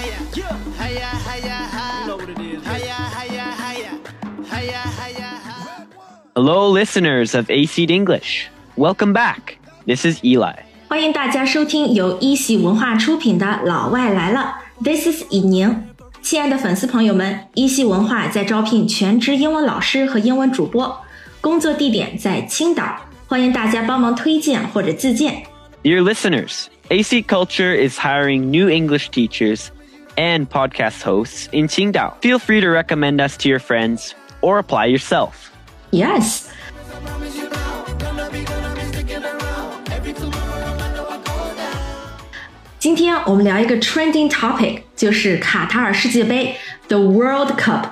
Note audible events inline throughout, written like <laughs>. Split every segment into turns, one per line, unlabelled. Hiya, hiya, hi.
You know what it is.
Hiya, hiya, hiya. Hiya, hiya, hi.
Hello, listeners of AC English. Welcome back. This is Eli.
欢迎大家收听由一席文化出品的《老外来了》，This is 以宁。亲爱的粉丝朋友们，一席文化在招聘全职英文老师和英文主播，工作地点在青岛，欢迎大家帮忙推荐或者自荐。
Dear listeners, AC Culture is hiring new English teachers and podcast hosts in Qingdao. Feel free to recommend us to your friends or apply yourself.
Yes，今天我们聊一个 trending topic，就是卡塔尔世界杯 The World Cup。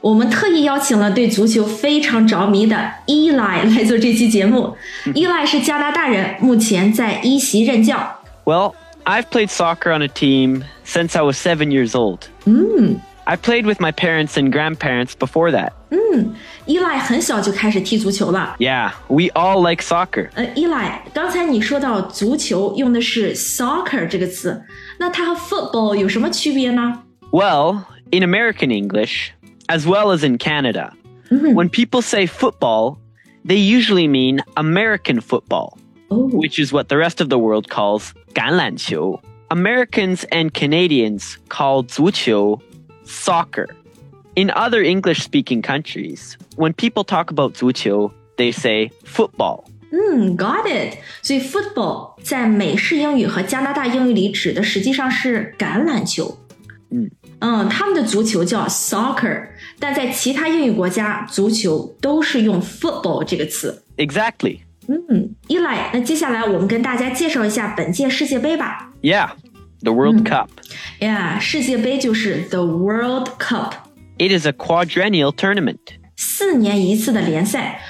我们特意邀请了对足球非常着迷的伊莱来做这期节目。伊莱是加拿大人，目前在一席任教。
Well, I've played soccer on a team since I was seven years old. I played with my parents and grandparents before that.
伊莱很小就开始踢足球了。
Yeah, we all like soccer.
呃，伊莱，刚才你说到足球用的是 soccer 这个词，那它和 football 有什么区别呢？
Well, in American English, as well as in Canada, when people say football, they usually mean American football,
哦，
which is what the rest of the world calls 橄榄球. Americans and Canadians call 足球 soccer. In other English speaking countries, when people talk about 足球, they say football.
嗯，got it。所以 football 在美式英语和加拿大英语里指的实际上是橄榄球。
嗯
嗯，他们的足球叫 soccer，但在其他英语国家，足球都是用 football 这个词。
Exactly.
嗯，依赖。那接下来我们跟大家介绍一下本届世界杯吧。
Yeah, the World Cup.
Yeah，世界杯就是 the World Cup，
It is a quadrennial tournament.
四年一次的联赛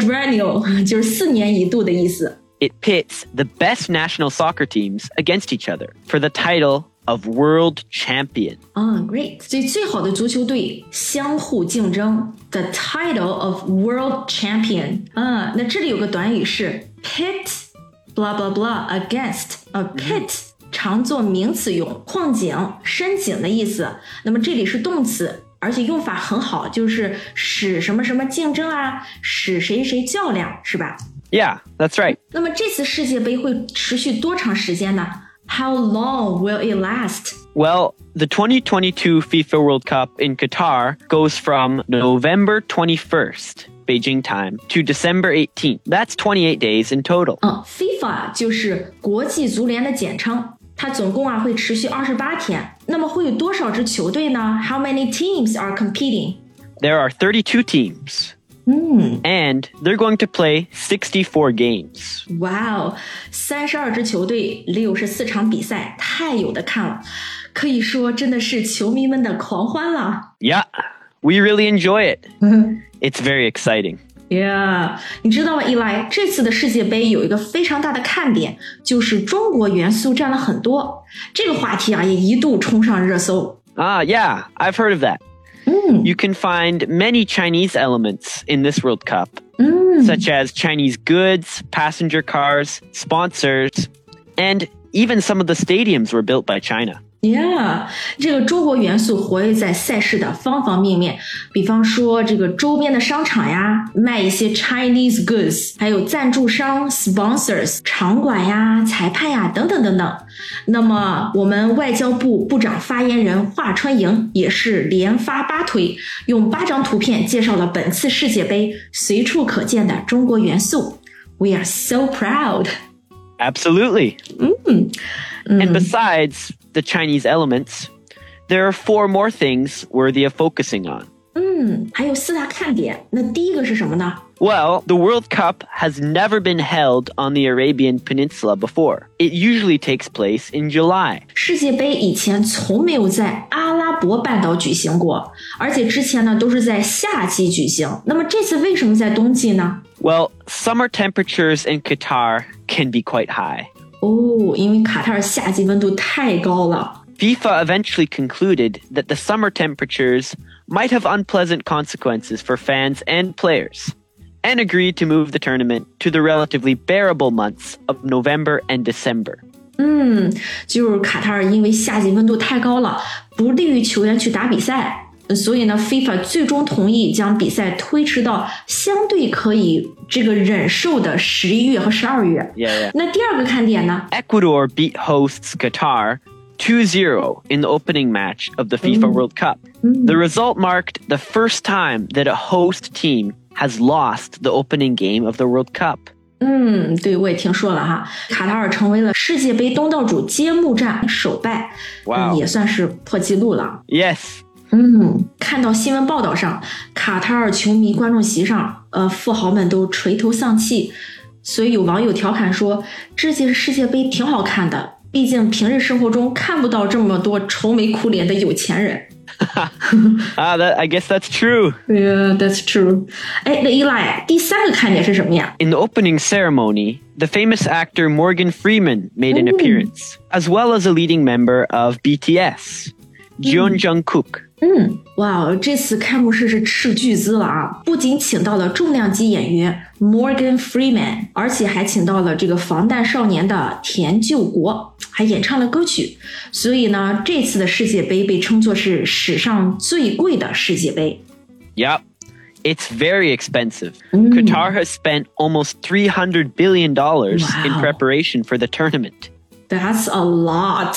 ，quadrennial 就是四年一度的意思。
It pits the best national soccer teams against each other for the title of world champion.
啊、g r e a t 所以最好的足球队相互竞争，the title of world champion。啊，那这里有个短语是 pit blah blah blah against 啊、pit 常做名词用，矿井、深井的意思。那么这里是动词，而且用法很好，就是使什么什么竞争啊，使谁谁较量，是吧？
Yeah, that's right.
那么这次世界杯会持续多长时间呢？How long will it last？
Well, the 2022 FIFA World Cup in Qatar goes from November 21st, Beijing time, to December 18th. That's 28 days in total.
嗯，FIFA 就是国际足联的简称，它总共啊会持续二十八天。那么会有多少支球队呢？How many teams are competing？
There are 32 teams,
嗯，
and they're going to play 64 games.
哇哦，三十二支球队，六十四场比赛，太有的看了，可以说真的是球迷们的狂欢了。
Yeah, we really enjoy it. It's very exciting.
Yeah，你知道吗，伊莱？这次的世界杯有一个非常大的看点，就是中国元素占了很多。这个话题啊，也一度冲上热搜。
Ah, yeah, I've heard of that. You can find many Chinese elements in this World Cup, such as Chinese goods, passenger cars, sponsors, and even some of the stadiums were built by China.
Yeah，这个中国元素活跃在赛事的方方面面，比方说这个周边的商场呀，卖一些 Chinese goods，还有赞助商 sponsors、场馆呀、裁判呀等等等等。那么我们外交部部长发言人华春莹也是连发八推，用八张图片介绍了本次世界杯随处可见的中国元素。We are so proud。
Absolutely. And besides the Chinese elements, there are four more things worthy of focusing on.
嗯，还有四大看点，那第一个是什么呢？
Well, the World Cup has never been held on the Arabian Peninsula before. It usually takes place in July.
世界杯以前从没有在阿拉伯半岛举行过，而且之前呢都是在夏季举行。那么这次为什么在冬季呢？
Well, summer temperatures in Qatar can be quite high.
哦，因为卡塔尔夏季温度太高了。
FIFA eventually concluded that the summer temperatures might have unpleasant consequences for fans and players, and agreed to move the tournament to the relatively bearable months of November and December.
嗯，就是卡塔尔因为夏季温度太高了，不利于球员去打比赛，所以呢，FIFA 最终同意将比赛推迟到相对可以这个忍受的十一月和十二月。
Yeah, yeah.
那第二个看点呢？
Ecuador beat hosts Qatar 2 0 in the opening match of the FIFA World Cup. The result marked the first time that a host team has lost the opening game of the World Cup.
嗯，对，我也听说了哈，卡塔尔成为了世界杯东道主揭幕战首败，
哇哦
嗯也算是破纪录了。
Yes.
嗯，看到新闻报道上，卡塔尔球迷观众席上，呃，富豪们都垂头丧气，所以有网友调侃说，这届世界杯挺好看的，毕竟平日生活中看不到这么多愁眉苦脸的有钱人。
Ah, that, I guess that's true.
Yeah, that's true。哎，那依赖第三个看点是什么呀？
In the opening ceremony, the famous actor Morgan Freeman made an appearance, as well as a leading member of BTS, Jeon Jungkook.
嗯，哇哦，这次开幕式是斥巨资了啊！不仅请到了重量级演员 Morgan Freeman，而且还请到了这个防弹少年的田救国，还演唱了歌曲。所以呢，这次的世界杯被称作是史上最贵的世界杯。
Yep. It's very expensive. Qatar has spent almost $300 billion in
Wow.
preparation for the tournament.
That's a lot 。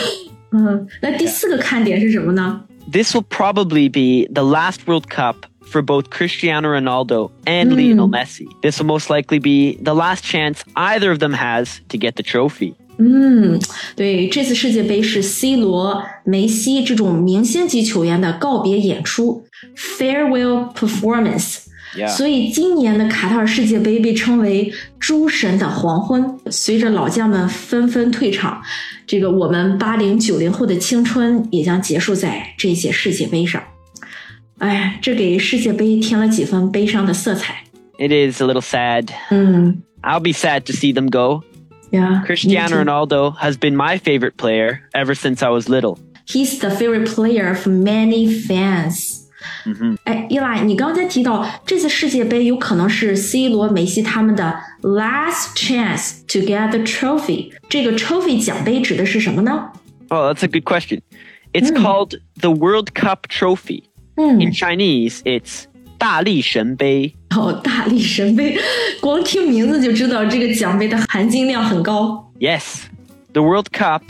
<laughs> 嗯，那第四个看点是什么呢？
This will probably be the last World Cup for both Cristiano Ronaldo and Lionel Messi. This will most likely be the last chance either of them has to get the trophy.
嗯，对，这次世界杯是 C 罗、梅西这种明星级球员的告别演出 （farewell performance）。
Yeah.
所以今年的卡塔尔世界杯被称为“诸神的黄昏”。随着老将们纷纷退场，这个我们八零九零后的青春也将结束在这届世界杯上。哎，这给世界杯添了几分悲伤的色彩。
It is a little sad.
嗯
I'll be sad to see them go.
呀
Cristiano Ronaldo has been my favorite player ever since I was little.
He's the favorite player of many fans。哎，伊拉，你刚才提到这次世界杯有可能是 C 罗、梅西他们的 last chance to get the trophy。这个 trophy 奖杯指的是什么呢？
Oh, that's a good question. It's called the World Cup Trophy. In Chinese, it's 大力神杯.
哦，大力神杯，光听名字就知道这个奖杯的含金量很高。
Yes, the World Cup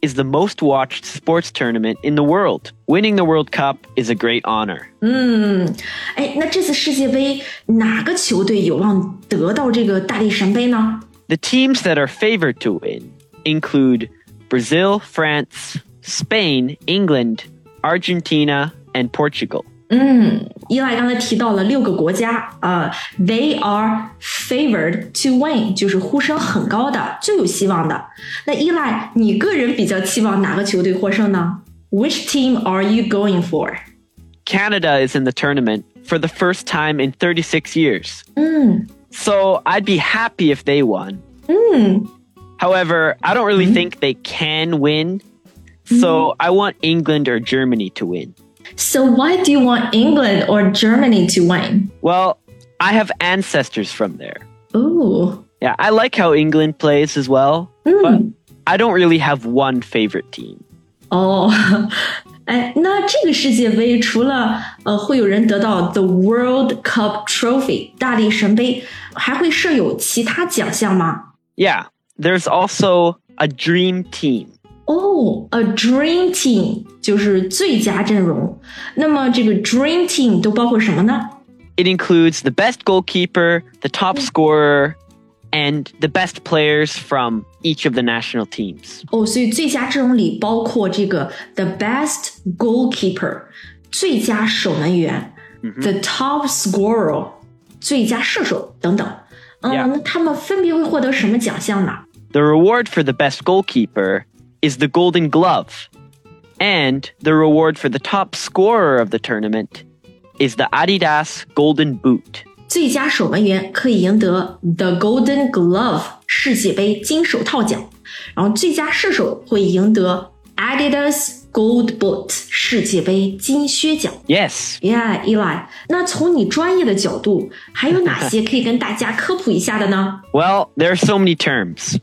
is the most watched sports tournament in the world. Winning the World Cup is a great honor.
嗯，哎，那这次世界杯哪个球队有望得到这个大力神杯呢？
The teams that are favored to win include Brazil, France, Spain, England, Argentina, and Portugal.
伊莱刚才提到了六个国家，呃，they are favored to win，就是呼声很高的，最有希望的。那伊莱，你个人比较期望哪个球队获胜呢？Which team are you going for？
Canada is in the tournament for the first time in 36 years.
嗯
So I'd be happy if they won.
嗯
However, I don't really think they can win. So I want England or Germany to win.
So why do you want England or Germany to win?
Well, I have ancestors from there.
Oh,
Yeah, I like how England plays as well,
嗯
but I don't really have one favorite team.
哦，哎，那这个世界杯除了呃会有人得到 The World Cup Trophy 大力神杯，还会设有其他奖项吗？
Yeah, there's also a dream team.
哦、a dream team 就是最佳阵容。那么这个 dream team 都包括什么呢？
It includes the best goalkeeper, the top scorer, and the best players from each of the national teams.
哦、所以最佳阵容里包括这个 the best goalkeeper 最佳守门员、the top scorer 最佳射手等等。嗯
Yeah
那他们分别会获得什么奖项呢？
The reward for the best goalkeeper is the Golden Glove, and the reward for the top scorer of the tournament is the Adidas Golden Boot.
最佳守门员可以赢得 The Golden Glove 世界杯金手套奖，然后最佳射手会赢得 Adidas Gold Boot 世界杯金靴奖。
Yes,
Yeah, Eli，那从你专业的角度，还有哪些可以跟大家科普一下的呢？
Well, there are so many terms.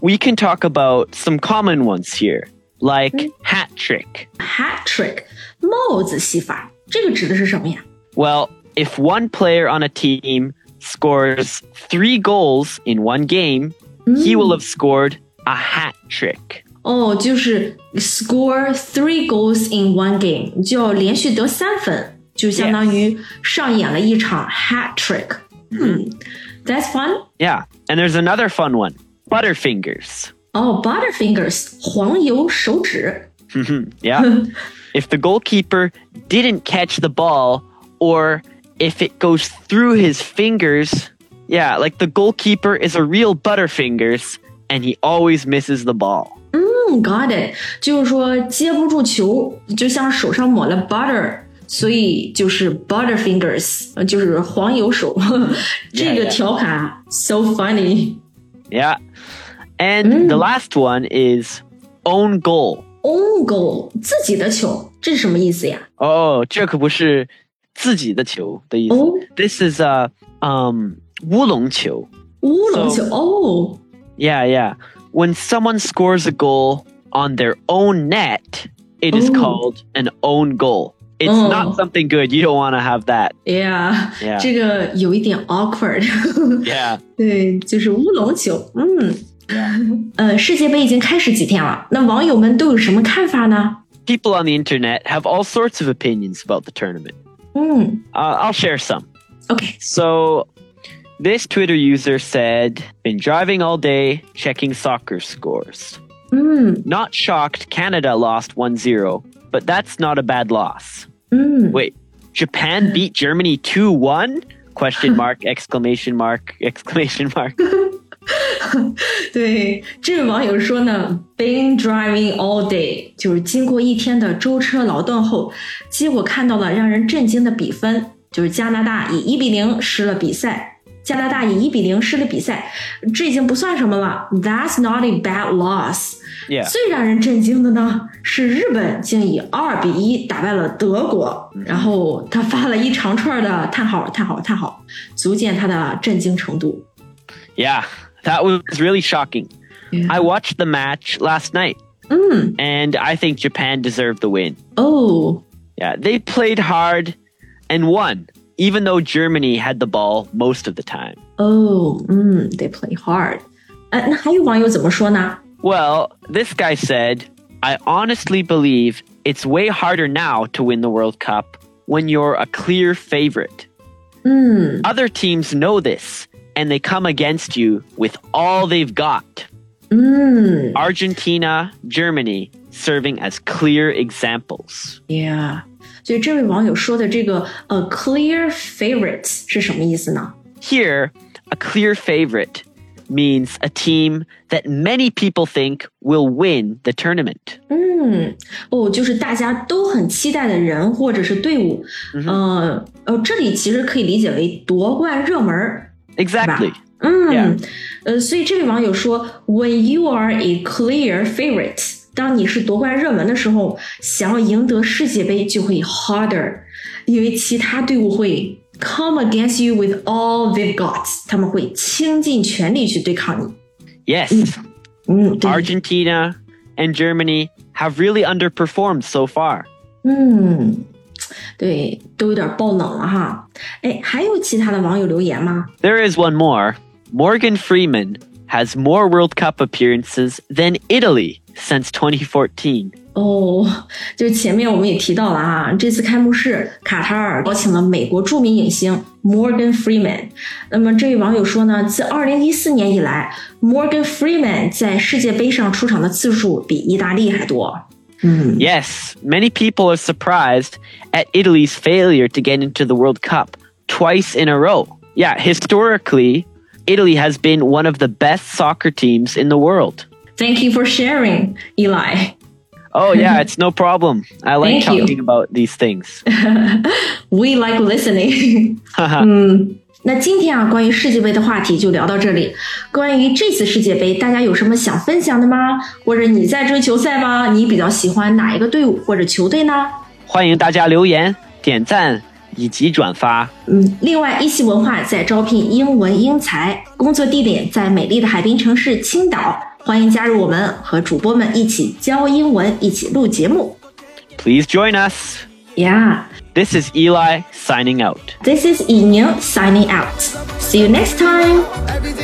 we can talk about some common ones here, like hat trick.
hat trick 帽子戏法，这个指的是什么呀？
Well, if one player on a team scores three goals in one game, he will have scored a hat trick.
哦，就是 score three goals in one game，你就要连续得三分，就相当于上演了一场 hat trick。嗯，That's fun。
Yeah. And there's another fun one Butterfingers.
哦、b u t t e r f i n g e r s 黄油手指。
Yeah. if the goalkeeper didn't catch the ball or if it goes through his fingers, yeah, like the goalkeeper is a real Butterfingers and he always misses the ball.
嗯，got it，就是说接不住球，就像手上抹了 butter，所以就是 butter fingers，呃就是黄油手。 <laughs> 这个
yeah.
调侃啊 so funny。
Yeah. And the last one is own goal.
own goal，自己的球，这是什么意思呀？
Oh, 这可不是自己的球的意思。
哦
This is a um 乌龙球.
乌龙球哦
Yeah, yeah. When someone scores a goal on their own net, it is
Oh.
called an own goal. It's
Oh.
not something good. You don't want to have that.
，yeah，
Yeah.
哎这个有一点 awkward。 <laughs>
Yeah.
对，就是乌龙球。嗯，呃，世界杯已经开始几天了，那网友们都有什么看法呢？
People on the internet have all sorts of opinions about the tournament.
嗯
Uh, I'll share some.
，OK，
So, this Twitter user said, Been driving all day, checking soccer scores.
嗯
Not shocked, Canada lost 1 0, but that's not a bad loss.
嗯
Wait, Japan beat Germany 2 1? Question mark, <laughs> exclamation mark, <laughs> exclamation mark.
对，这位网友说呢，been driving all day，就是经过一天的舟车劳顿后，结果看到了让人震惊的比分，就是加拿大以一比零失了比赛。加拿大以一比零失了比赛，这已经不算什么了。That's not a bad loss。 <laughs>
Yeah.
最让人震惊的呢是日本竟以二比一打败了德国，
嗯
然后他发了一长串的叹号、叹号、叹号，足见他的震惊程度。
Yeah, that was really shocking.
Yeah.
I watched the match last night,
嗯，
and I think Japan deserved the win.
哦，
Yeah, they played hard and won, even though Germany had the ball most of the time.
哦，嗯，they play hard。呃，那还有网友怎么说呢？
Well, this guy said, I honestly believe it's way harder now to win the World Cup when you're a clear favorite.
嗯
Other teams know this, and they come against you with all they've got.
嗯
Argentina, Germany serving as clear examples.
，yeah。所以这位网友说的这个呃 clear favorites 是什么意思呢？
Here, a clear favorite means a team that many people think will win the tournament.
嗯，哦，就是大家都很期待的人或者是队伍，呃呃，这里其实可以理解为夺冠热门儿，
Exactly.
嗯
Yeah.
呃，所以这位网友说，When you are a clear favorite，当你是夺冠热门的时候，想要赢得世界杯就会 harder，因为其他队伍会 come against you with all they've got，他们会倾尽全力去对抗你。
Yes,
嗯，对，
Argentina and Germany have really underperformed so far.
嗯，对，都有点爆冷了哈。哎，还有其他的网友留言吗？
There is one more. Morgan Freeman has more World Cup appearances than Italy since 2014.
哦，就是前面我们也提到了啊，这次开幕式卡塔尔邀请了美国著名影星 Morgan Freeman。那么这位网友说呢，自2014年以来，Morgan Freeman 在世界杯上出场的次数比意大利还多。嗯
Yes, many people are surprised at Italy's failure to get into the World Cup twice in a row. Yeah, historically, Italy has been one of the best soccer teams in the world.
，Thank you for sharing, Eli.
Oh,
<laughs>
yeah, it's no problem. I like
Thank you.
talking about these things. <laughs>
We like listening. 嗯， <laughs> 那今天啊，关于世界杯的话题就聊到这里。关于这次世界杯，大家有什么想分享的吗？或者你在追球赛吗？你比较喜欢哪一个队伍或者球队呢？
欢迎大家留言、点赞以及转发。
嗯，另外，一席文化在招聘英文英才，工作地点在美丽的海滨城市青岛，欢迎加入我们，和主播们一起教英文，一起录节目。
Please join us.
Yeah,
This is Eli signing out.
this is Yi Ning signing out. See you next time.
Everything